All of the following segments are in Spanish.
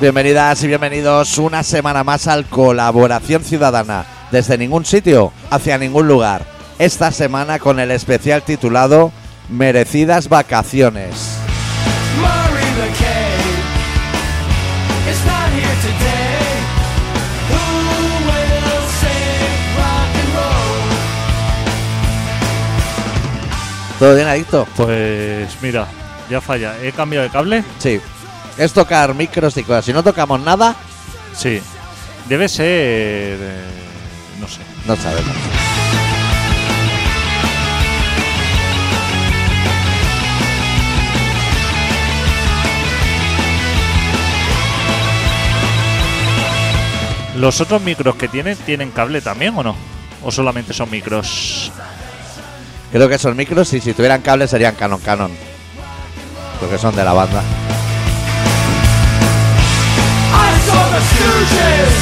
Bienvenidas y bienvenidos una semana más al Colaboración Ciudadana, desde ningún sitio, hacia ningún lugar. Esta semana con el especial titulado Merecidas Vacaciones. Murray McKay is not here today. Who will save rock and roll? ¿Todo bien, Adicto? Pues mira, ya falla. ¿He cambiado de cable? Sí. Es tocar micros y cosas. Si no tocamos nada, Sí. Debe ser... eh, no sé. no sabemos. ¿Los otros micros que tienen tienen cable también o no? ¿O solamente son micros? Creo que son micros y si tuvieran cables serían Canon Canon. Porque son de la banda. I saw the Stooges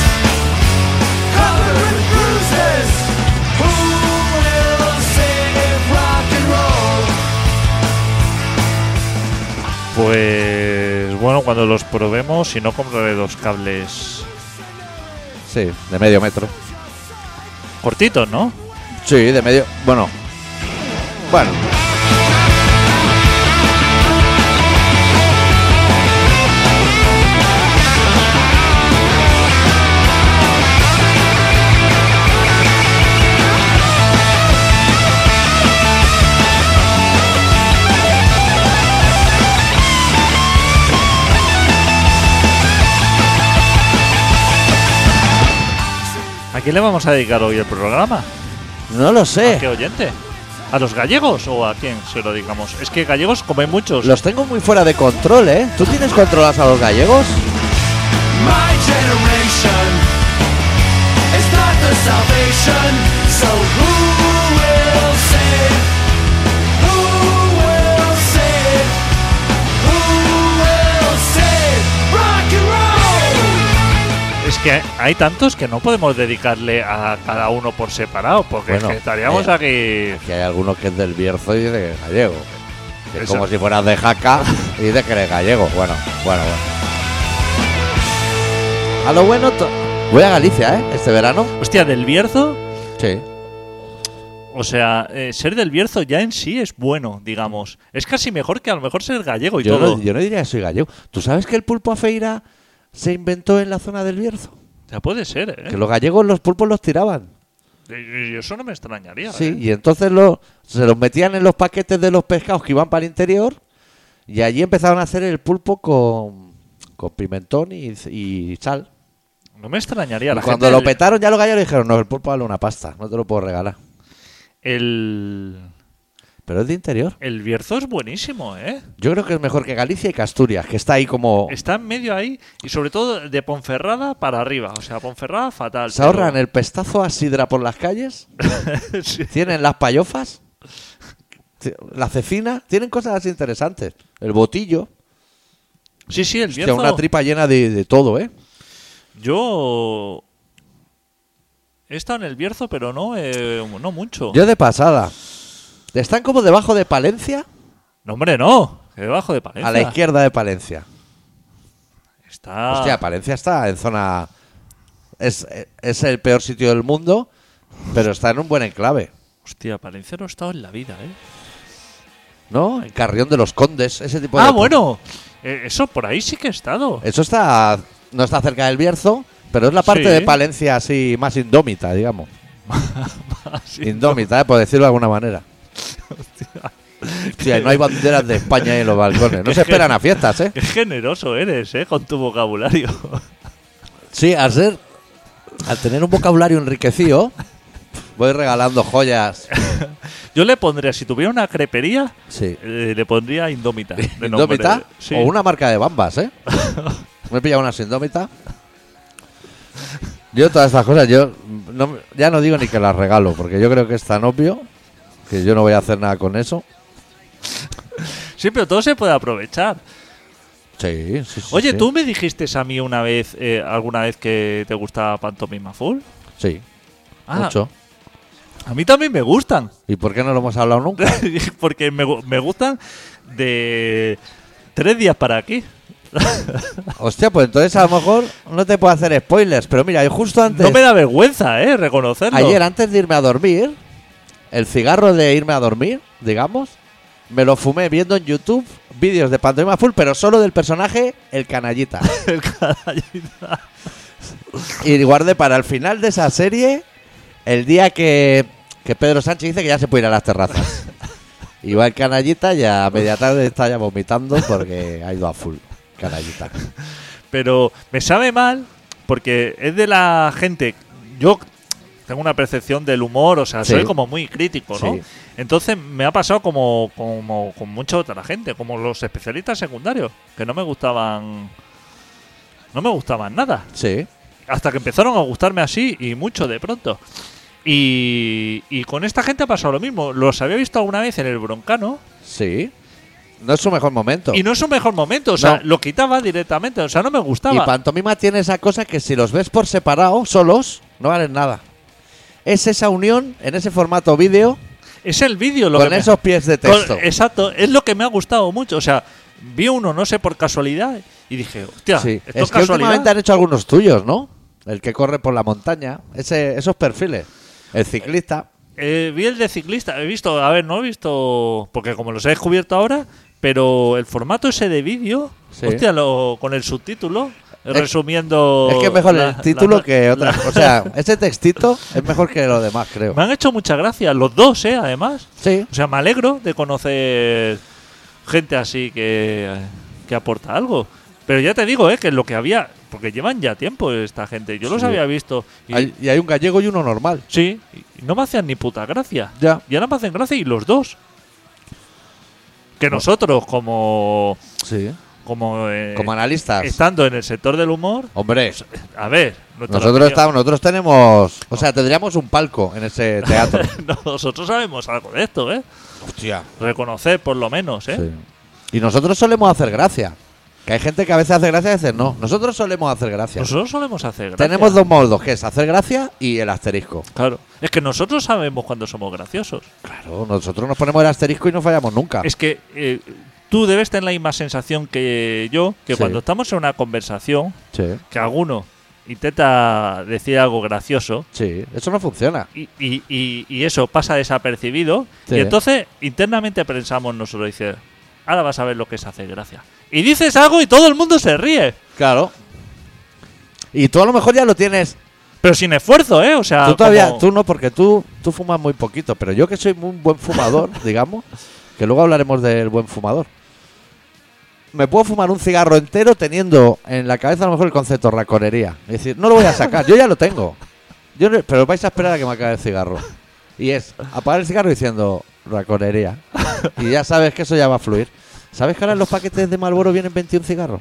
covered in bruises. Who will save rock and roll? Pues bueno, cuando los probemos, si no compraré dos cables Sí, de medio metro. cortitos, ¿no? Sí, de medio. Bueno. Bueno. ¿A quién le vamos a dedicar hoy el programa? No lo ¿A qué sé. oyente? ¿A los gallegos o a quién se lo digamos? Es que gallegos, como hay muchos, Los tengo muy fuera de control, ¿eh? ¿Tú tienes controlados a los gallegos? My generation is not the salvation. So who will save? Who will save? Who will save rock and roll? es que hay tantos que no podemos dedicarle a cada uno por separado, porque es Bueno, que estaríamos eh, aquí Que hay alguno que es del Bierzo y dice que es gallego. Que es Eso. como si fueras de Jaca y dice que eres gallego. Bueno, bueno, bueno. A lo bueno, to- voy a Galicia, ¿eh? Este verano. Hostia, del Bierzo, Sí. o sea, eh, ser del Bierzo ya en sí es bueno, digamos. Es casi mejor que a lo mejor ser gallego y Yo todo. no, yo no diría que soy gallego. ¿Tú sabes que el pulpo a feira se inventó en la zona del Bierzo? O sea, puede ser, ¿eh? Que los gallegos los pulpos los tiraban. Eh, Eso no me extrañaría. Sí, ¿eh? y entonces lo- se los metían en los paquetes de los pescados que iban para el interior y allí empezaron a hacer el pulpo con, con pimentón y, y sal. No me extrañaría. Y La cuando gente lo del- petaron ya los gallos dijeron, no, el pulpo vale una pasta, no te lo puedo regalar. el, Pero es de interior. el Bierzo es buenísimo, ¿eh? Yo creo que es mejor que Galicia y que Asturias, que está ahí como... Está en medio ahí y sobre todo de Ponferrada para arriba. O sea, Ponferrada fatal. Se ahorran el pestazo a sidra por las calles, el... tienen las payofas, ti- la cecina, tienen cosas así interesantes. El botillo, Sí, sí, el hostia, Bierzo. una tripa llena de, de todo, ¿eh? Yo he estado en el Bierzo, pero no, eh, no mucho. Yo de pasada. Están como debajo de Palencia, No, hombre, no. Debajo de Palencia. a la izquierda de Palencia. Está... Hostia, Palencia está en zona. Es, es el peor sitio del mundo, pero está en un buen enclave. Hostia, Palencia no he estado en la vida, ¿eh? ¿No? En Carrión de los Condes, ese tipo de. ah, bueno. Eh, eso por ahí sí que he estado. Eso está. No está cerca del Bierzo, pero es la parte Sí. de Palencia así más indómita, digamos. Sí. indómita, ¿eh? por decirlo de alguna manera. Hostia, y no hay banderas de España ahí en los balcones. No se esperan a fiestas, ¿eh? Qué generoso eres, ¿eh? Con tu vocabulario. Sí, al ser. Al tener un vocabulario enriquecido, voy regalando joyas. Yo le pondría, si tuviera una crepería, Sí. eh, le pondría Indómita. de nombre. Indómita Sí. o una marca de bambas, ¿eh? Me he pillado una indómita. Yo todas estas cosas, yo no- ya no digo ni que las regalo, porque yo creo que es tan obvio que yo no voy a hacer nada con eso. Sí, pero todo se puede aprovechar. Sí, sí, sí. Oye, sí. ¿tú me dijiste a mí una vez, eh, alguna vez que te gustaba Pantomima Full? Sí, Ah, mucho. A mí también me gustan. ¿Y por qué no lo hemos hablado nunca? Porque me, gu- me gustan de tres días para aquí. Hostia, pues entonces a lo mejor no te puedo hacer spoilers, pero mira, yo justo antes. No me da vergüenza, ¿eh? Reconocerlo. Ayer, antes de irme a dormir, el cigarro de irme a dormir, digamos, me lo fumé viendo en YouTube vídeos de Pantomima Full, pero solo del personaje El Canallita. El canallita. y guardé para el final de esa serie el día que, que Pedro Sánchez dice que ya se puede ir a las terrazas. Y va el Canallita y a media tarde está ya vomitando porque ha ido a full. Canallita. Pero me sabe mal porque es de la gente. Yo tengo una percepción del humor, o sea, Sí. soy como muy crítico, ¿no? Sí. Entonces me ha pasado como, como con mucha otra gente, como los especialistas secundarios, que no me gustaban. No me gustaban nada. Sí. Hasta que empezaron a gustarme así y mucho de pronto. Y, y con esta gente ha pasado lo mismo. Los había visto alguna vez en el Broncano Sí. No es su mejor momento. y no es su mejor momento. O sea, No. lo quitaba directamente. O sea, no me Y gustaba. pantomima tiene esa cosa que si los ves por separado, solos, no valen nada. Es esa unión en ese formato vídeo es el vídeo lo con que me- esos pies de Con- texto. exacto, es lo que me ha gustado mucho. O sea, vi uno, no sé, por casualidad y dije, hostia, Sí. esto es, Es que últimamente casualidad. han hecho algunos tuyos, ¿no? El que corre por la montaña, ese, esos perfiles. El ciclista. Eh, vi el de ciclista, he visto, a ver, no he visto, porque como los he descubierto ahora, pero el formato ese de vídeo, Sí. hostia, lo- con el subtítulo, Es- resumiendo. es que es mejor la- el título la- que otra. la- O sea, ese textito es mejor que lo demás, creo. me han hecho mucha gracia, los dos, ¿eh? Además. Sí. O sea, me alegro de conocer gente así que, que aporta algo. Pero ya te digo, ¿eh? que lo que había. Porque llevan ya tiempo esta gente. Yo los Sí. había visto. Y, Hay- y hay un gallego y uno normal. Sí, y no me hacían ni puta gracia. Ya. Y ahora me hacen gracia y los dos. Que nosotros, como. Sí. Como, eh, Como analistas. estando en el sector del humor. Hombre, A ver, nuestra nosotros, opinión- estamos, nosotros tenemos. O sea, tendríamos un palco en ese teatro. nosotros sabemos algo de esto, ¿eh? Hostia. Reconocer, por lo menos, ¿eh? Sí. Y nosotros solemos hacer gracia. Que hay gente que a veces hace gracia y a veces no. Nosotros solemos hacer gracia. Nosotros solemos hacer gracia. Tenemos dos modos, que es hacer gracia y el asterisco. Claro. Es que nosotros sabemos cuando somos graciosos. Claro, nosotros nos ponemos el asterisco y no fallamos nunca. Es que eh, tú debes tener la misma sensación que yo, que Sí. cuando estamos en una conversación, Sí, que alguno intenta decir algo gracioso, sí, eso no funciona. y, y- y- y eso pasa desapercibido, Sí. y entonces internamente pensamos nosotros, dice, ahora vas a ver lo que es hacer gracia. Y dices algo y todo el mundo se ríe. Claro. Y tú a lo mejor ya lo tienes. Pero sin esfuerzo, ¿eh? O sea, tú todavía, como- tú no, porque tú, tú fumas muy poquito. Pero yo que soy un buen fumador, digamos, que luego hablaremos del buen fumador. Me puedo fumar un cigarro entero teniendo en la cabeza a lo mejor el concepto raconería. Es decir, no lo voy a sacar, yo ya lo tengo. Yo no- pero vais a esperar a que me acabe el cigarro. Y es apagar el cigarro diciendo raconería. Y ya sabes que eso ya va a fluir. ¿Sabes que ahora en los paquetes de Malboro vienen 21 cigarros?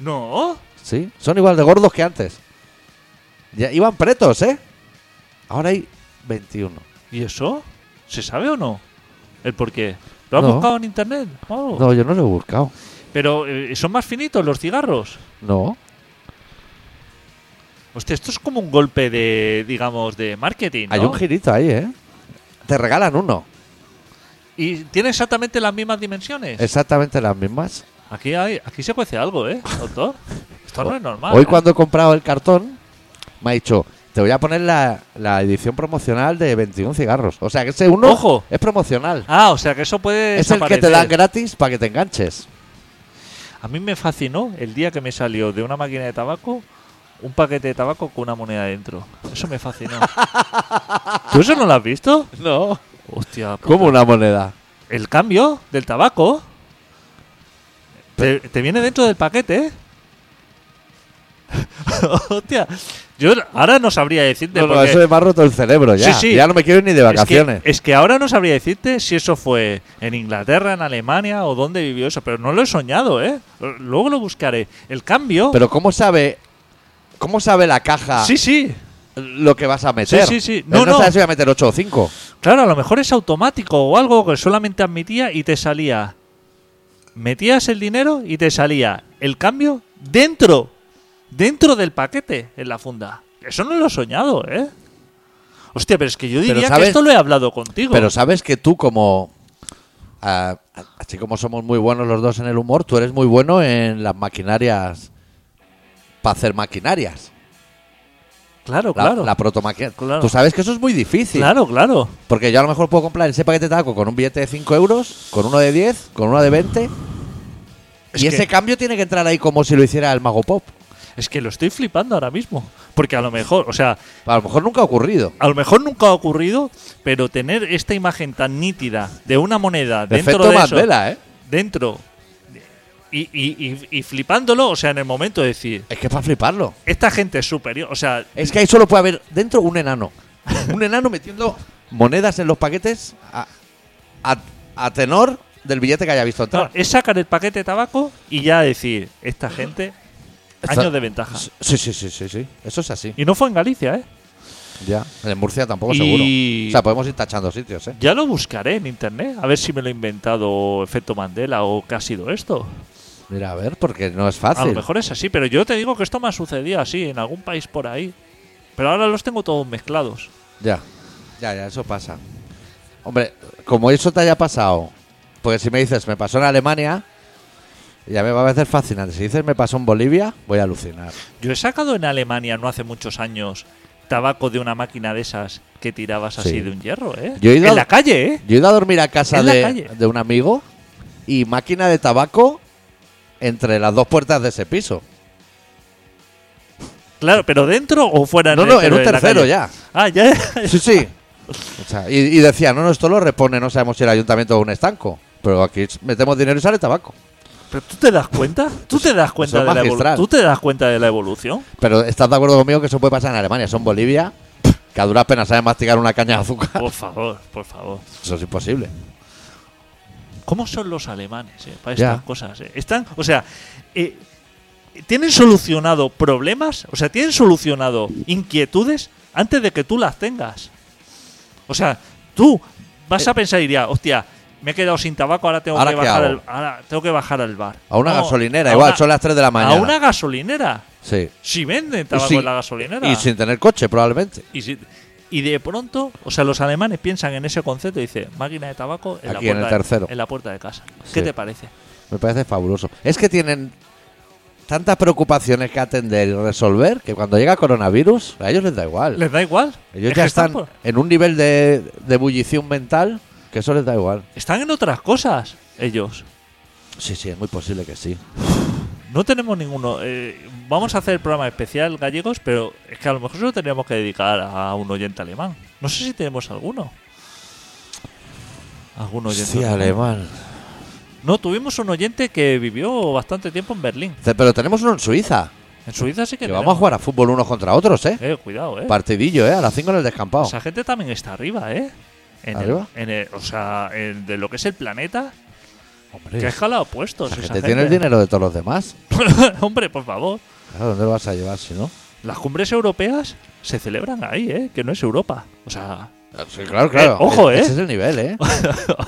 No. Sí, son igual de gordos que antes. Ya iban pretos, ¿eh? Ahora hay 21. ¿Y eso? ¿Se sabe o no? ¿El por qué? ¿Lo has No. buscado en internet? Oh. o algo? No, yo no lo he buscado. Pero eh, son más finitos los cigarros. No. Hostia, esto es como un golpe de, digamos, de marketing. ¿no? Hay un girito ahí, ¿eh? Te regalan uno. y tiene exactamente las mismas dimensiones. Exactamente las mismas. Aquí hay, aquí se cuece algo, ¿eh, doctor? Esto no es normal. Hoy ¿eh? cuando he comprado el cartón, me ha dicho, te voy a poner la, la edición promocional de 21 cigarros. O sea, que ese uno Ojo. es promocional. Ah, o sea que eso puede es el que te desaparecer. dan gratis para que te enganches. A mí me fascinó el día que me salió de una máquina de tabaco un paquete de tabaco con una moneda dentro. Eso me fascinó. ¿Tú eso no lo has visto? No. Hostia, puta. Como una moneda. el cambio del tabaco te, te viene dentro del paquete. ¿eh? Hostia, yo ahora no sabría decirte. No, no, porque- eso me ha roto el cerebro ya. Sí, sí. Ya no me quiero ir ni de es que- vacaciones. Es que, ahora no sabría decirte si eso fue en Inglaterra, en Alemania o dónde vivió eso, pero no lo he soñado, ¿eh? Luego lo buscaré. El cambio. Pero ah, ¿cómo sabe cómo sabe la caja sí, sí. lo que vas a meter? Sí, sí, sí. No, No, no, no. sabe si voy a meter 8 o 5. Claro, a lo mejor es automático o algo que solamente admitía y te salía. Metías el dinero y te salía el cambio dentro, dentro del paquete en la funda. Eso no lo he soñado, ¿eh? Hostia, pero es que yo diría sabes- que esto lo he hablado contigo. Pero sabes que tú como ah, Así como somos muy buenos los dos en el humor, tú eres muy bueno en las maquinarias. Para hacer maquinarias. Claro, La, claro. la protomaquinaria. Claro. Tú sabes que eso es muy difícil. Claro, claro. Porque yo a lo mejor puedo comprar ese paquete de taco con un billete de 5 euros, con uno de 10, con uno de 20. Es y que- ese cambio tiene que entrar ahí como si lo hiciera el Mago Pop. Es que lo estoy flipando ahora mismo. Porque a lo mejor, o sea, A lo mejor nunca ha ocurrido. a lo mejor nunca ha ocurrido, pero tener esta imagen tan nítida de una moneda dentro Efecto de eso, Mandela, ¿eh? dentro y, y- y- y flipándolo, o sea, en el momento de decir, Es que es para fliparlo. esta gente es superior, o sea, Es que ahí solo puede haber dentro un enano. un enano metiendo monedas en los paquetes a, a- a tenor del billete que haya visto entrar. claro, es sacar el paquete de tabaco y ya decir, esta gente, Está- años de ventaja. Sí, sí, sí, sí, sí. Eso es así. Y no fue en Galicia, ¿eh? Ya. En Murcia tampoco Y- seguro. O sea, podemos ir tachando sitios, ¿eh? Ya lo buscaré en internet, a ver si me lo he inventado efecto Mandela o qué ha sido esto. Mira, a ver, porque no es A fácil. lo mejor es así, pero yo te digo que esto me ha sucedido así, en algún país por ahí. Pero ahora los tengo todos mezclados. Ya, ya, ya, eso pasa. Hombre, como eso te haya pasado, porque si me dices me pasó en Alemania, ya me va a parecer fascinante. Si dices me pasó en Bolivia, voy a alucinar. Yo he sacado en Alemania no hace muchos años tabaco de una máquina de esas que tirabas así Sí. de un hierro, ¿eh? Yo he ido en a- la calle, ¿eh? Yo he ido a dormir a casa En la de, calle. de un amigo y máquina de tabaco entre las dos puertas de ese piso. Claro, pero dentro o fuera No, en no, el, en un Ah, pero la tercero calle? ya. Ah, ya. Sí, sí. O sea, y, y decía, no, no, esto lo repone, no sabemos si el ayuntamiento o un estanco. Pero aquí metemos dinero y sale tabaco. Pero tú te das cuenta? Pues ¿Tú te das Eso cuenta es de la magistral. evolu- ¿Tú te das cuenta de la evolución? Pero ¿estás de acuerdo conmigo que eso puede pasar en Alemania? Son Bolivia, que a duras penas sabe masticar una caña de azúcar. Por favor, por favor. Eso es imposible. ¿Cómo son los alemanes eh, para Ya. estas cosas? eh? Están, o sea, eh, tienen solucionado problemas, o sea, tienen solucionado inquietudes antes de que tú las tengas. O sea, tú vas a pensar y dirías, hostia, me he quedado sin tabaco, ahora tengo, Eh. ¿Ahora que, qué bajar hago? al, ahora tengo que bajar al bar. A una No, gasolinera, a igual, una- son las 3 de la mañana. A una gasolinera. Sí. Si venden tabaco sin- en la gasolinera. Y sin tener coche, probablemente. Y, si- y de pronto, o sea, los alemanes piensan en ese concepto y dicen, máquina de tabaco en, la, Aquí, en puerta el tercero. De, en la puerta de casa. Sí. ¿Qué te parece? Me parece fabuloso. Es que tienen tantas preocupaciones que atender y resolver que cuando llega coronavirus, a ellos les da igual. ¿Les da igual? ellos Es ya que están por- en un nivel de, de ebullición mental que eso les da igual. están en otras cosas, ellos. Sí, sí, es muy posible que sí. No tenemos ninguno. eh, vamos a hacer el programa especial gallegos, pero es que a lo mejor solo tendríamos que dedicar a un oyente alemán. No sé si tenemos alguno. Algún oyente. Sí, alemán. No, tuvimos un oyente que vivió bastante tiempo en Berlín. Te- Pero tenemos uno en Suiza. En Suiza sí que. Que vamos a tenemos. jugar a fútbol unos contra otros, ¿eh? Eh, cuidado, eh. Partidillo, ¿eh? A las 5 en el descampado. Esa gente también está arriba, ¿eh? En el- ¿Arriba? en el- o sea, en- de lo que es el planeta, Hombre, que esa ha escalado puestos. esa gente tiene el gente. dinero de todos los demás. Hombre, por favor. Claro, ¿dónde lo vas a llevar si no? Las cumbres europeas se celebran ahí, ¿eh? Que no es Europa. O sea, Ah, Sí, claro, claro. Eh, ojo, ¿eh? Ese es el nivel, ¿eh?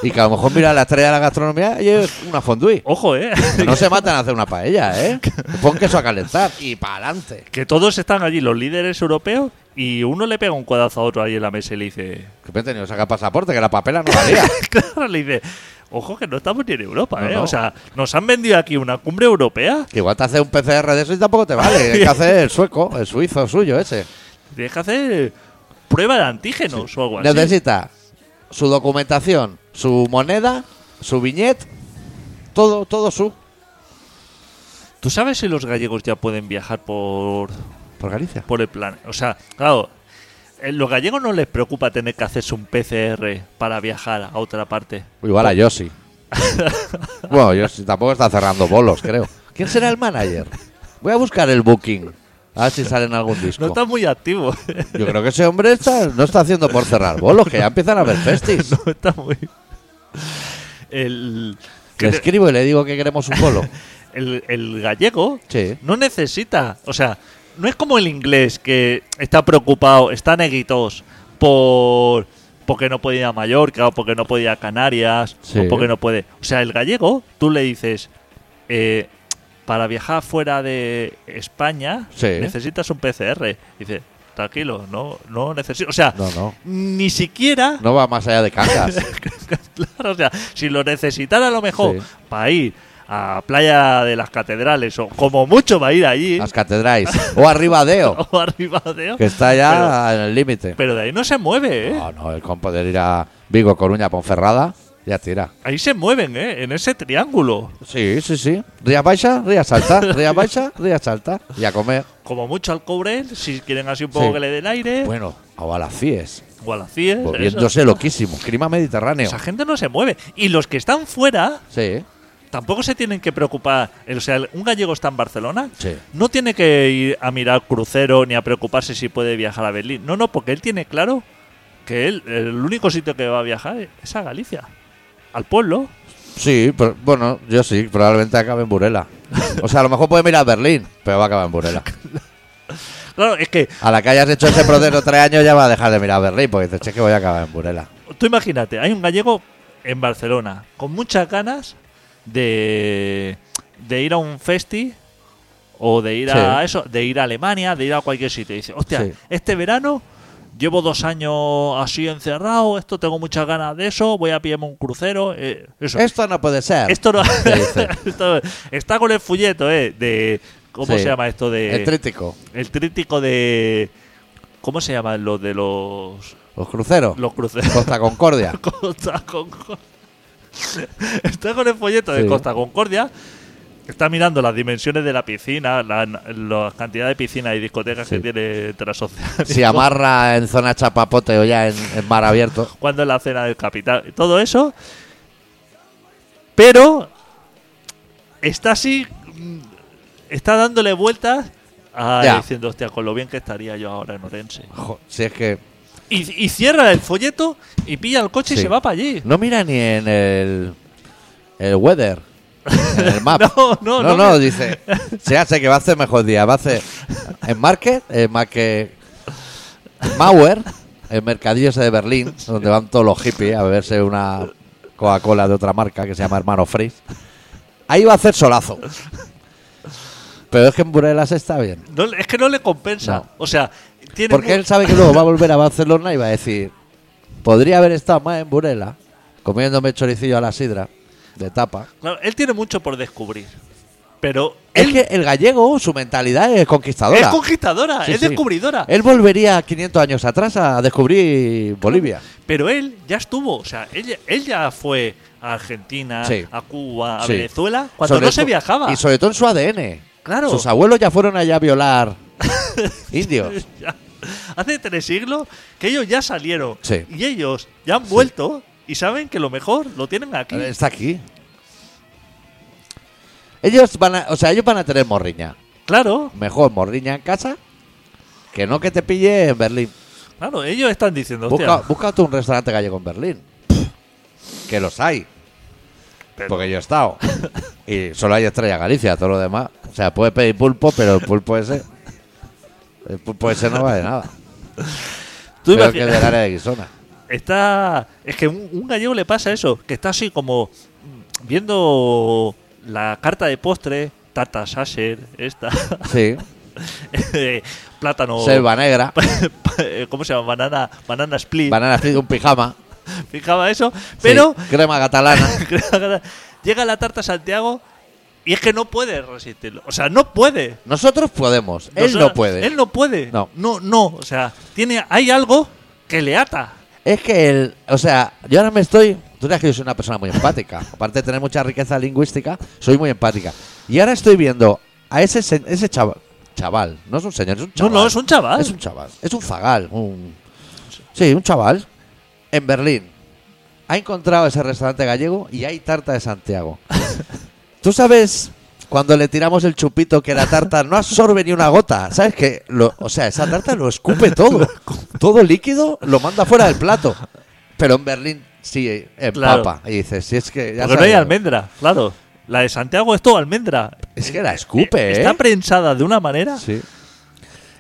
y que a lo mejor mira la estrella de la gastronomía y es una fondue. ojo, ¿eh? Que no se matan a hacer una paella, ¿eh? Pon queso a calentar y para adelante. que todos están allí, los líderes europeos, y uno le pega un cuadazo a otro ahí en la mesa y le dice... Que me he tenido que sacar pasaporte, que la papela no valía. claro, le dice... Ojo que no estamos ni en Europa, No, ¿eh? no. O sea, nos han vendido aquí una cumbre europea. que igual te hace un PCR de eso y tampoco te vale. Hay que hacer el sueco, el suizo suyo ese. Tienes que hacer prueba de antígenos o algo así. Necesita su documentación, su moneda, su viñet, todo, todo su. ¿Tú sabes si los gallegos ya pueden viajar por, Por Galicia. por el plan? O sea, claro, eh, los gallegos no les preocupa tener que hacerse un PCR para viajar a otra parte. Igual a Yossi. bueno, Yossi tampoco está cerrando bolos, creo. ¿Quién será el manager? Voy a buscar el booking. A ver si sale en algún disco. No están muy activos. Yo creo que ese hombre está- no está haciendo por cerrar bolos, que ya empiezan a ver festis. no está muy. El, que Le escribo y le digo que queremos un bolo. el, el gallego Sí. no necesita. O sea, no es como el inglés que está preocupado, está neguitos por. Porque no puede ir a Mallorca, o porque no puede ir a Canarias, Sí. o porque no puede. O sea, el gallego, tú le dices. eh, para viajar fuera de España Sí. necesitas un PCR. Dice, tranquilo, no, no necesito. O sea, No, no. ni siquiera No va más allá de cacas. o sea, si lo necesitara a lo mejor Sí. para ir a Playa de las Catedrales o como mucho va a ir allí Las catedráis. O arriba Deo, o arriba de que está ya Ah. en el límite. Pero de ahí no se mueve, ¿eh? No, no, el con poder ir a Vigo, Coruña, Ponferrada, ya tira. Ahí se mueven, ¿eh? En ese triángulo. Sí, sí, sí. Ría baixa, ría salta. Ría baixa, ría salta. Y a comer. Como mucho al cobre, si quieren así un poco Sí. que le den aire. Bueno, pues o a las CIES. o a las CIES, eso. Volviéndose loquísimo. Clima mediterráneo. Esa gente no se mueve. Y los que están fuera Sí. tampoco se tienen que preocupar. O sea, un gallego está en Barcelona. Sí. No tiene que ir a mirar crucero ni a preocuparse si puede viajar a Berlín. No, no, porque él tiene claro que él, el único sitio que va a viajar es a Galicia. Al pueblo. Sí, pero, bueno, yo sí. Probablemente acabe en Burela. O sea, a lo mejor puede mirar a Berlín, pero va a acabar en Burela. Claro, es que A la que hayas hecho ese proceso tres años ya va a dejar de mirar a Berlín porque dices, che, que voy a acabar en Burela. Tú imagínate, hay un gallego en Barcelona con muchas ganas de, de ir a un festi o de ir a Sí. eso, de ir a Alemania, de ir a cualquier sitio. Y dice, hostia, Sí. este verano llevo dos años así encerrado, esto tengo muchas ganas de eso, voy a pillarme un crucero. eh, eso. Esto no puede ser. esto no. te dice. esto- está con el folleto, ¿eh? De, ¿Cómo Sí. se llama esto? de El trítico. el trítico de. ¿Cómo se llaman los de los, Los cruceros. los cruceros? Costa Concordia. Costa Concordia. Está con el folleto Sí. de Costa Concordia. Está mirando las dimensiones de la piscina, la, la cantidad de piscinas y discotecas Sí. que tiene Transoceánico. Si amarra en zona chapapote o ya en, en mar abierto. Cuando es la cena del capital. Todo eso. Pero está así. mm, Está dándole vueltas a Ya. diciendo, hostia, con lo bien que estaría yo ahora en Orense. Jo, si es que Y, y cierra el folleto y pilla el coche Sí. y se va para allí. no mira ni en el, el weather, en el map. No, no, no, no no, mira. dice. Se hace que va a hacer mejor día. Va a hacer en Market, en más que Mauer, el mercadillo ese de Berlín, donde van todos los hippies a beberse una Coca-Cola de otra marca que se llama Hermano Frizz. Ahí va a hacer solazo. Pero es que en Burelas está bien. No, es que no le compensa. No. O sea, tiene. Porque mu- él sabe que luego va a volver a Barcelona y va a decir, podría haber estado más en Burela, comiéndome choricillo a la sidra, de tapa. Claro, él tiene mucho por descubrir. Pero Es él que el gallego, su mentalidad es conquistadora. es conquistadora, Sí, es sí. descubridora. Él volvería 500 años atrás a descubrir Bolivia. Pero él ya estuvo. O sea, él, ya- él ya fue a Argentina, Sí. a Cuba, a Sí. Venezuela, cuando Sobre no se to- viajaba. Y sobre todo en su ADN. Claro. Sus abuelos ya fueron allá a violar indios. Ya. Hace tres siglos que ellos ya salieron. Sí. Y ellos ya han vuelto y saben que lo mejor lo tienen aquí. Está aquí. Ellos van a, o sea, ellos van a tener morriña. Claro, Mejor morriña en casa que no que te pille en Berlín. claro, ellos están diciendo, Busca, "Hostia, busca tú un restaurante gallego en Berlín. Que los hay. pero- Porque yo he estado. Y solo hay Estrella Galicia, todo lo demás. O sea, puedes pedir pulpo, pero el pulpo ese. El pulpo ese no vale nada. tú Creo imagi- que es del área de Guisona. Está. Es que un, un gallego le pasa eso, que está así como mm, viendo la carta de postre, tarta sasser, esta, Sí. eh, plátano. Selva negra. eh, ¿Cómo se llama? Banana, banana split. Banana split, un pijama. Fijaba eso. Pero sí, crema catalana. llega la tarta Santiago y es que no puede resistirlo. O sea, no puede. Nosotros podemos. Él Nosotros- no puede. Él no puede. No. no, no. O sea, tiene, hay algo que le ata. Es que él. O sea, yo ahora me estoy. Tú sabes que yo soy una persona muy empática. Aparte de tener mucha riqueza lingüística, soy muy empática. Y ahora estoy viendo a ese, se- ese chaval. Chaval, no es un señor, es un No, chaval. no, es un chaval. Es un chaval. Es un zagal. un- Sí, un chaval. En Berlín. Ha encontrado ese restaurante gallego y hay tarta de Santiago. Tú sabes cuando le tiramos el chupito que la tarta no absorbe ni una gota. ¿Sabes que lo- O sea, esa tarta lo escupe todo. Todo líquido lo manda fuera del plato. Pero en Berlín sí empapa. Claro. Y dices, si es que. ya Porque no hay sabes, almendra, claro. La de Santiago es todo almendra. Es que la escupe, Eh, ¿eh? Está prensada de una manera. Sí.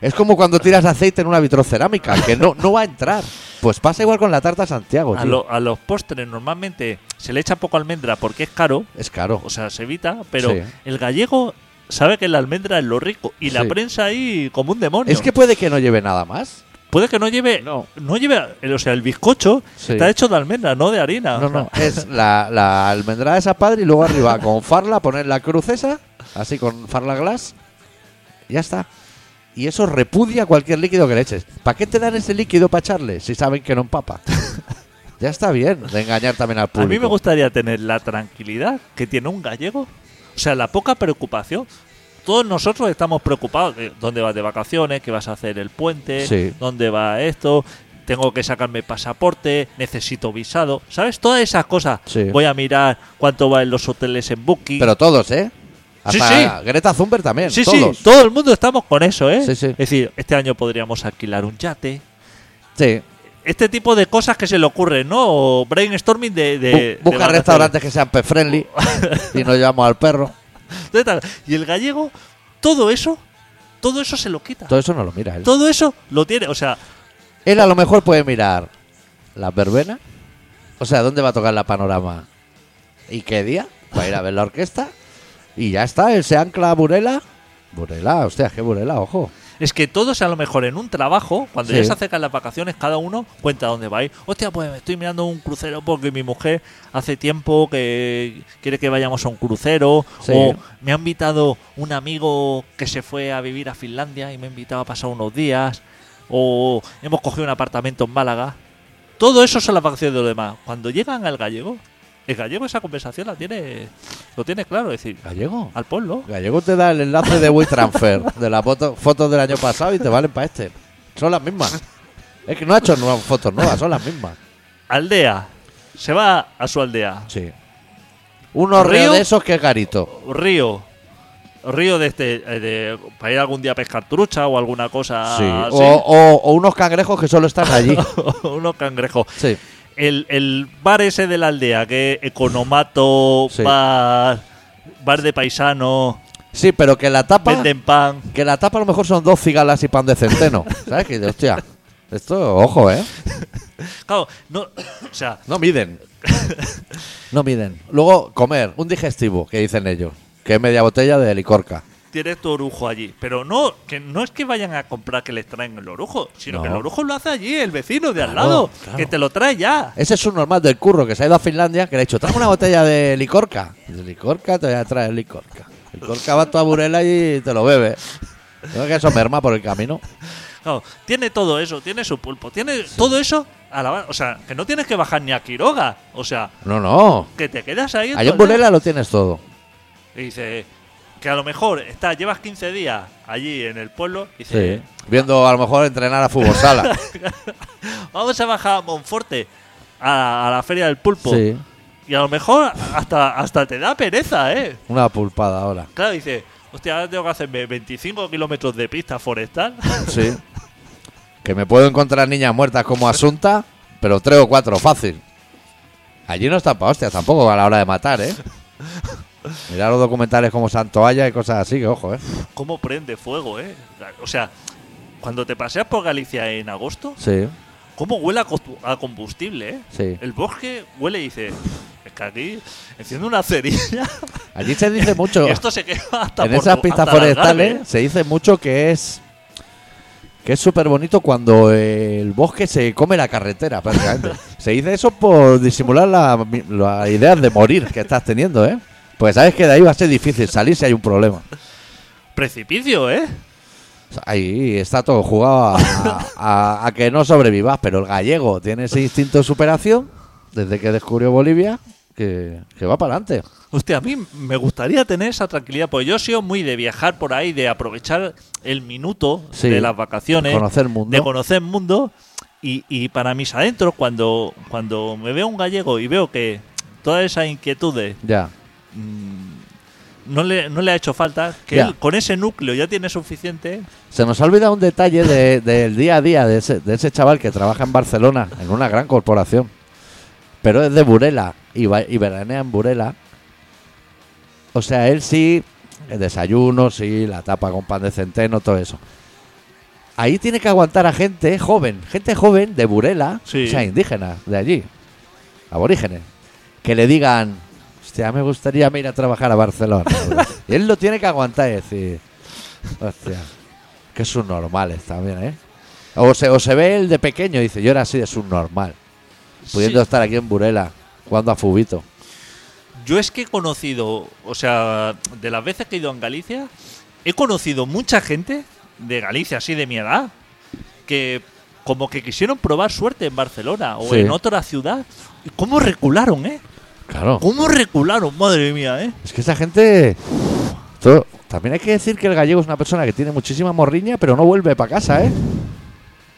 Es como cuando tiras aceite en una vitrocerámica, que no, no va a entrar. Pues pasa igual con la tarta Santiago, A, tío. lo- a los postres normalmente se le echa poco almendra porque es caro, Es caro. o sea, se evita, pero Sí. el gallego sabe que la almendra es lo rico y la Sí. prensa ahí como un demonio. Es que puede que no lleve nada más. Puede que no lleve. No. lleve. O sea, el bizcocho Sí. está hecho de almendra, no de harina. No, O sea, no, es la, la almendrada esa padre y luego arriba con farla, poner la cruz esa, así con farla glass, y ya está. Y eso repudia cualquier líquido que le eches. ¿Para qué te dan ese líquido para echarle si saben que no empapa? ya está bien de engañar también al A público. mí me gustaría tener la tranquilidad que tiene un gallego. O sea, la poca preocupación. Todos nosotros estamos preocupados de dónde vas de vacaciones, qué vas a hacer el puente, Sí. dónde va esto, tengo que sacarme pasaporte, necesito visado. ¿Sabes? Todas esas cosas. Sí. Voy a mirar cuánto va en los hoteles en Booking. Pero todos, ¿eh? Sí, Hasta Greta Thunberg también, sí, todos. sí, todo el mundo estamos con eso, ¿eh? Sí, sí. Es decir, este año podríamos alquilar un yate. Sí. Este tipo de cosas que se le ocurren, ¿no? O brainstorming de. Bu- de- de busca vacaciones. restaurantes que sean pet friendly y nos llevamos al perro. Entonces, tal. Y el gallego, todo eso, todo eso se lo quita. Todo eso no lo mira él. Todo eso lo tiene. O sea, Él a lo mejor puede mirar las verbenas. O sea, ¿dónde va a tocar la panorama? ¿Y qué día? Para ir a ver la orquesta. Y ya está, él se ancla a Burela. Burela, hostia, qué Burela, ojo. es que todos a lo mejor en un trabajo, cuando ya Sí. se acercan las vacaciones, cada uno cuenta dónde va a ir. Hostia, pues me estoy mirando un crucero porque mi mujer hace tiempo que quiere que vayamos a un crucero. Sí. O me ha invitado un amigo que se fue a vivir a Finlandia y me ha invitado a pasar unos días. O hemos cogido un apartamento en Málaga. Todo eso son las vacaciones de los demás. Cuando llegan al gallego, el gallego esa conversación la tiene, lo tiene claro, es decir, Gallego. al pueblo. Gallego te da el enlace de WeTransfer de las foto- fotos del año pasado y te valen para este. Son las mismas. Es que no ha hecho nuevas fotos nuevas, son las mismas. Aldea. Se va a su aldea. Sí. Un horreo ¿Río? de esos que es garito. Río. Río de este. eh, de- para ir algún día a pescar trucha o alguna cosa. Sí. así. O, o- o unos cangrejos que solo están allí. Unos cangrejos. Sí. El, el bar ese de la aldea, que economato, Sí. bar, bar de paisano, Sí, pero que la tapa. venden pan. Que la tapa a lo mejor son dos cigalas y pan de centeno. ¿Sabes? Que, hostia, esto, ojo, ¿eh? Claro, no, o sea, No miden. No miden. Luego, comer, un digestivo, que dicen ellos. Que es media botella de licorca. tienes tu orujo allí. Pero no, que no es que vayan a comprar que les traen el orujo, sino No. que el orujo lo hace allí, el vecino de al Claro, lado, claro. que te lo trae ya. Ese es un normal del curro que se ha ido a Finlandia, que le ha dicho, trae una botella de licorca. Y dice, licorca, te voy a traer licorca. Licorca va a tu aburela y te lo bebe. Creo que eso merma por el camino. Claro, tiene todo eso, tiene su pulpo, tiene todo eso a la va- O sea, que no tienes que bajar ni a Quiroga. O sea, No, no. que te quedas ahí. en Allí en tu aldea. Burela lo tienes todo. Y dice que a lo mejor está, llevas 15 días allí en el pueblo. Y Sí. dice, Viendo a lo mejor entrenar a fútbol sala. vamos a bajar a Monforte a, a la Feria del Pulpo. Sí. Y a lo mejor hasta, hasta te da pereza, ¿eh? Una pulpada ahora. Claro, dice, hostia, ahora tengo que hacerme 25 kilómetros de pista forestal. Sí. Que me puedo encontrar niñas muertas como Asunta, pero tres o cuatro, fácil. Allí no está para hostias tampoco a la hora de matar, ¿eh? Mirar los documentales como Santoalla y cosas así, que ojo, ¿eh? ¿Cómo prende fuego, eh? O sea, cuando te paseas por Galicia en agosto, Sí, ¿Cómo huele a, costu- a combustible, eh? sí. El bosque huele y dice, es que aquí enciende una cerilla Allí se dice mucho. y esto se quema hasta en por esas tu- pistas hasta el Algarve, forestales se dice mucho que es. Que es súper bonito cuando el bosque se come la carretera, prácticamente. se dice eso por disimular la- las ideas de morir que estás teniendo, ¿eh? Pues sabes que de ahí va a ser difícil salir si hay un problema. ¿eh? Precipicio, ¿eh? O sea, Ahí está todo jugado a, a- a que no sobrevivas, pero el gallego tiene ese instinto de superación desde que descubrió Bolivia que, que va para adelante. Hostia, a mí me gustaría tener esa tranquilidad, porque yo he sido muy de viajar por ahí, de aprovechar el minuto Sí, de las vacaciones, conocer mundo. de conocer el mundo. Y, y para mis adentros, cuando, cuando me veo un gallego y veo que todas esas inquietudes Ya. no le, no le ha hecho falta, que Ya. él con ese núcleo ya tiene suficiente, Se nos ha olvidado un detalle de- del día a día de ese, de ese chaval que trabaja en Barcelona, en una gran corporación, pero es de Burela y, va- y veranea en Burela. O sea, él sí, el desayuno, sí, la tapa con pan de centeno, todo eso. Ahí tiene que aguantar a gente joven, gente joven de Burela, Sí. o sea, indígenas de allí, aborígenes, que le digan, hostia, me gustaría me ir a trabajar a Barcelona. y él lo tiene que aguantar y decir, hostia, que subnormales también, ¿eh? O se, o se ve el de pequeño y dice, yo era así de subnormal. Pudiendo Sí. estar aquí en Burela, jugando a Fubito. Yo es que he conocido, o sea, de las veces que he ido a Galicia, he conocido mucha gente de Galicia, así de mi edad, que como que quisieron probar suerte en Barcelona o Sí. en otra ciudad. ¿Y cómo recularon, eh? Claro. ¿Cómo recularon? Madre mía, eh. Es que esa gente. todo- También hay que decir que el gallego es una persona que tiene muchísima morriña, pero no vuelve para casa, ¿eh?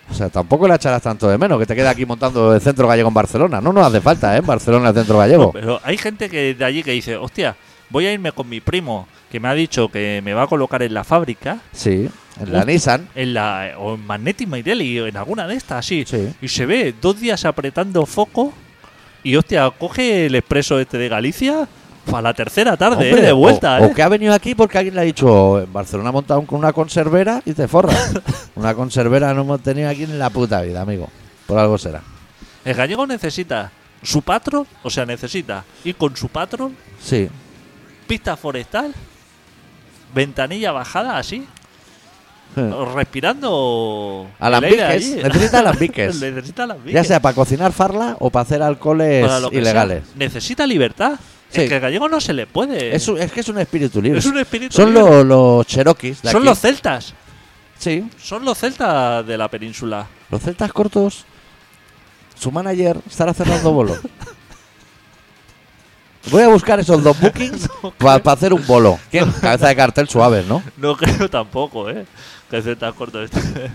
O sea, tampoco la echarás tanto de menos, que te queda aquí montando el centro gallego en Barcelona. No nos hace falta, ¿eh? En Barcelona el centro gallego. Pero hay gente que de allí que dice, hostia, voy a irme con mi primo, que me ha dicho que me va a colocar en la fábrica, Sí, en la Uf. Nissan. en la o en Magneti Maireli, o en alguna de estas, así. Sí. Y se ve dos días apretando foco. Y hostia, coge el expreso este de Galicia para la tercera tarde, Hombre, eh, de vuelta, o, ¿eh? o que ha venido aquí porque alguien le ha dicho, "Oh, en Barcelona ha montado un- con una conservera y te forras. una conservera no hemos tenido aquí en la puta vida, amigo. Por algo será. El gallego necesita su patrón, o sea, necesita ir con su patrón, Sí, pista forestal, ventanilla bajada, así, Eh. respirando. Alambiques, el aire allí. necesita alambiques. necesita alambiques. Ya sea para cocinar farla o para hacer alcoholes Para lo que sea. ilegales. Necesita libertad. Sí. Es que el gallego no se le puede. Es, un- es que es un espíritu libre. Eh. Es un espíritu Son libre. los- los cherokees. de Son aquí. los celtas. Sí, Son los celtas de la península. los celtas cortos. Su manager estará cerrando bolos. Voy a buscar esos dos bookings para hacer un bolo. ¿Quién? Cabeza de cartel suave, ¿no? No creo tampoco, ¿eh? Que se está corto este.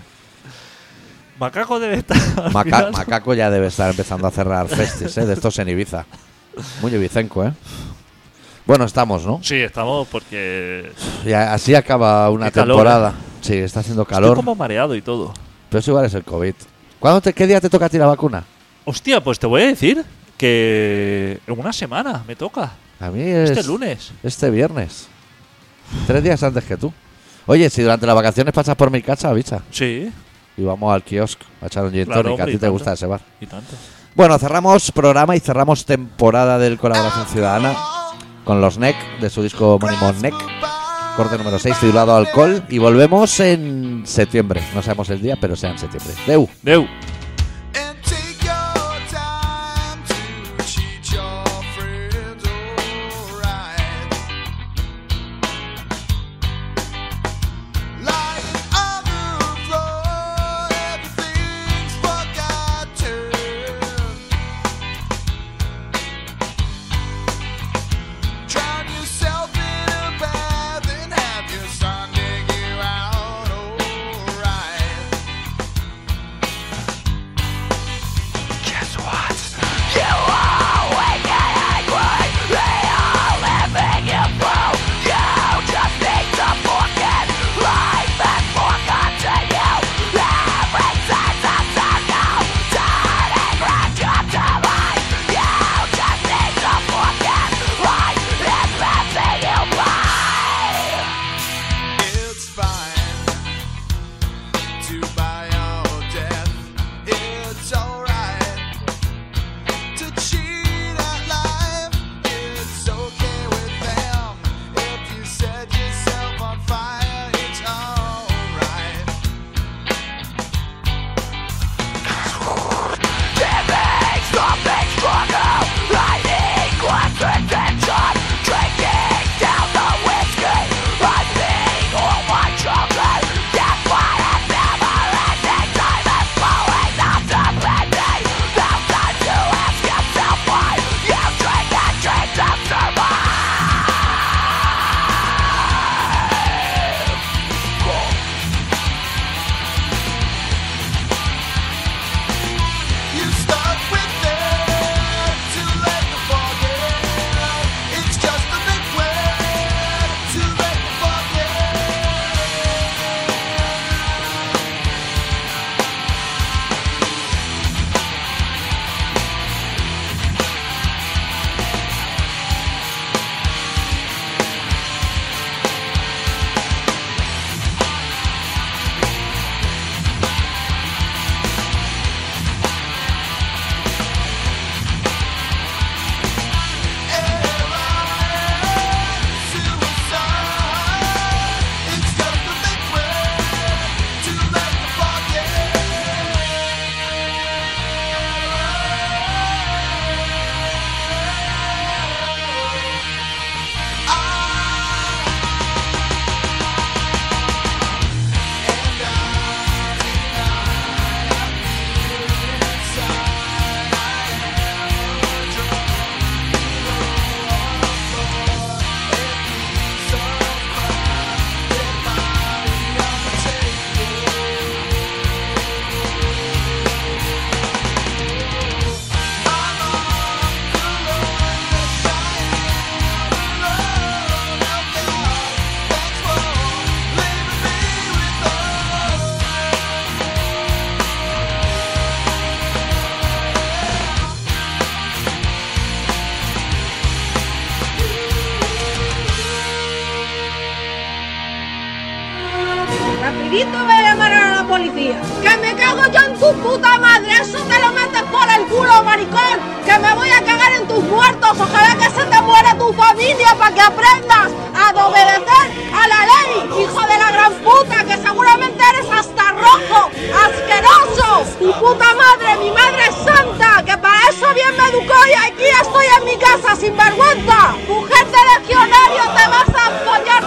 Macaco debe estar. al Maca- final. Macaco ya debe estar empezando a cerrar festis, ¿eh? De estos en Ibiza. Muy ibicenco, ¿eh? Bueno, estamos, ¿no? Sí, estamos porque. Y a- así acaba una Qué calor, temporada. Sí, está haciendo Estoy calor. como mareado y todo. Pero eso igual es el COVID. ¿Cuándo te, ¿Qué día te toca a ti la vacuna? Hostia, pues te voy a decir que. En una semana me toca. A mí es Este lunes. este viernes. Tres días antes que tú. Oye, si durante las vacaciones pasas por mi casa, avisa. Sí, Y vamos al kiosco a echar un gin Claro, tonic, hombre, A ti y te tanto. gusta ese bar. y tanto. Bueno, cerramos programa y cerramos temporada del Colaboración Ciudadana con los NEC de su disco homónimo NEC. Corte número 6 titulado Alcohol. Y volvemos en septiembre. No sabemos el día, pero sea en septiembre. Deu. Deu. And take your time to cheat your friends, alright. Lying on the floor, everything's forgotten. Drown yourself in a bath and have your son dig you out, alright. Guess what? You are weak and angry. They are living you through. You just need to forget life and forget to you. Everything's a circle. Turning round your demise. You just need to forget life is passing you by. It's fine to buy your death. It's alright to cheat at life. It's okay with them if you set yourself on fire. It's alright. Living something stronger, lighting glass attention, drinking down the whiskey, I'm all my chocolate. That's why I never Rapidito voy a llamar a la policía. Que me cago yo en tu puta madre. Eso te lo metes por el culo, maricón. Que me voy a cagar en tus muertos. Ojalá que se te muera tu familia para que aprendas a obedecer a la ley, hijo de la gran puta. Que seguramente eres hasta rojo, asqueroso. Tu puta madre, mi madre es santa. Que para eso bien me educó y aquí estoy en mi casa sin vergüenza. Mujer de legionario, te vas a follar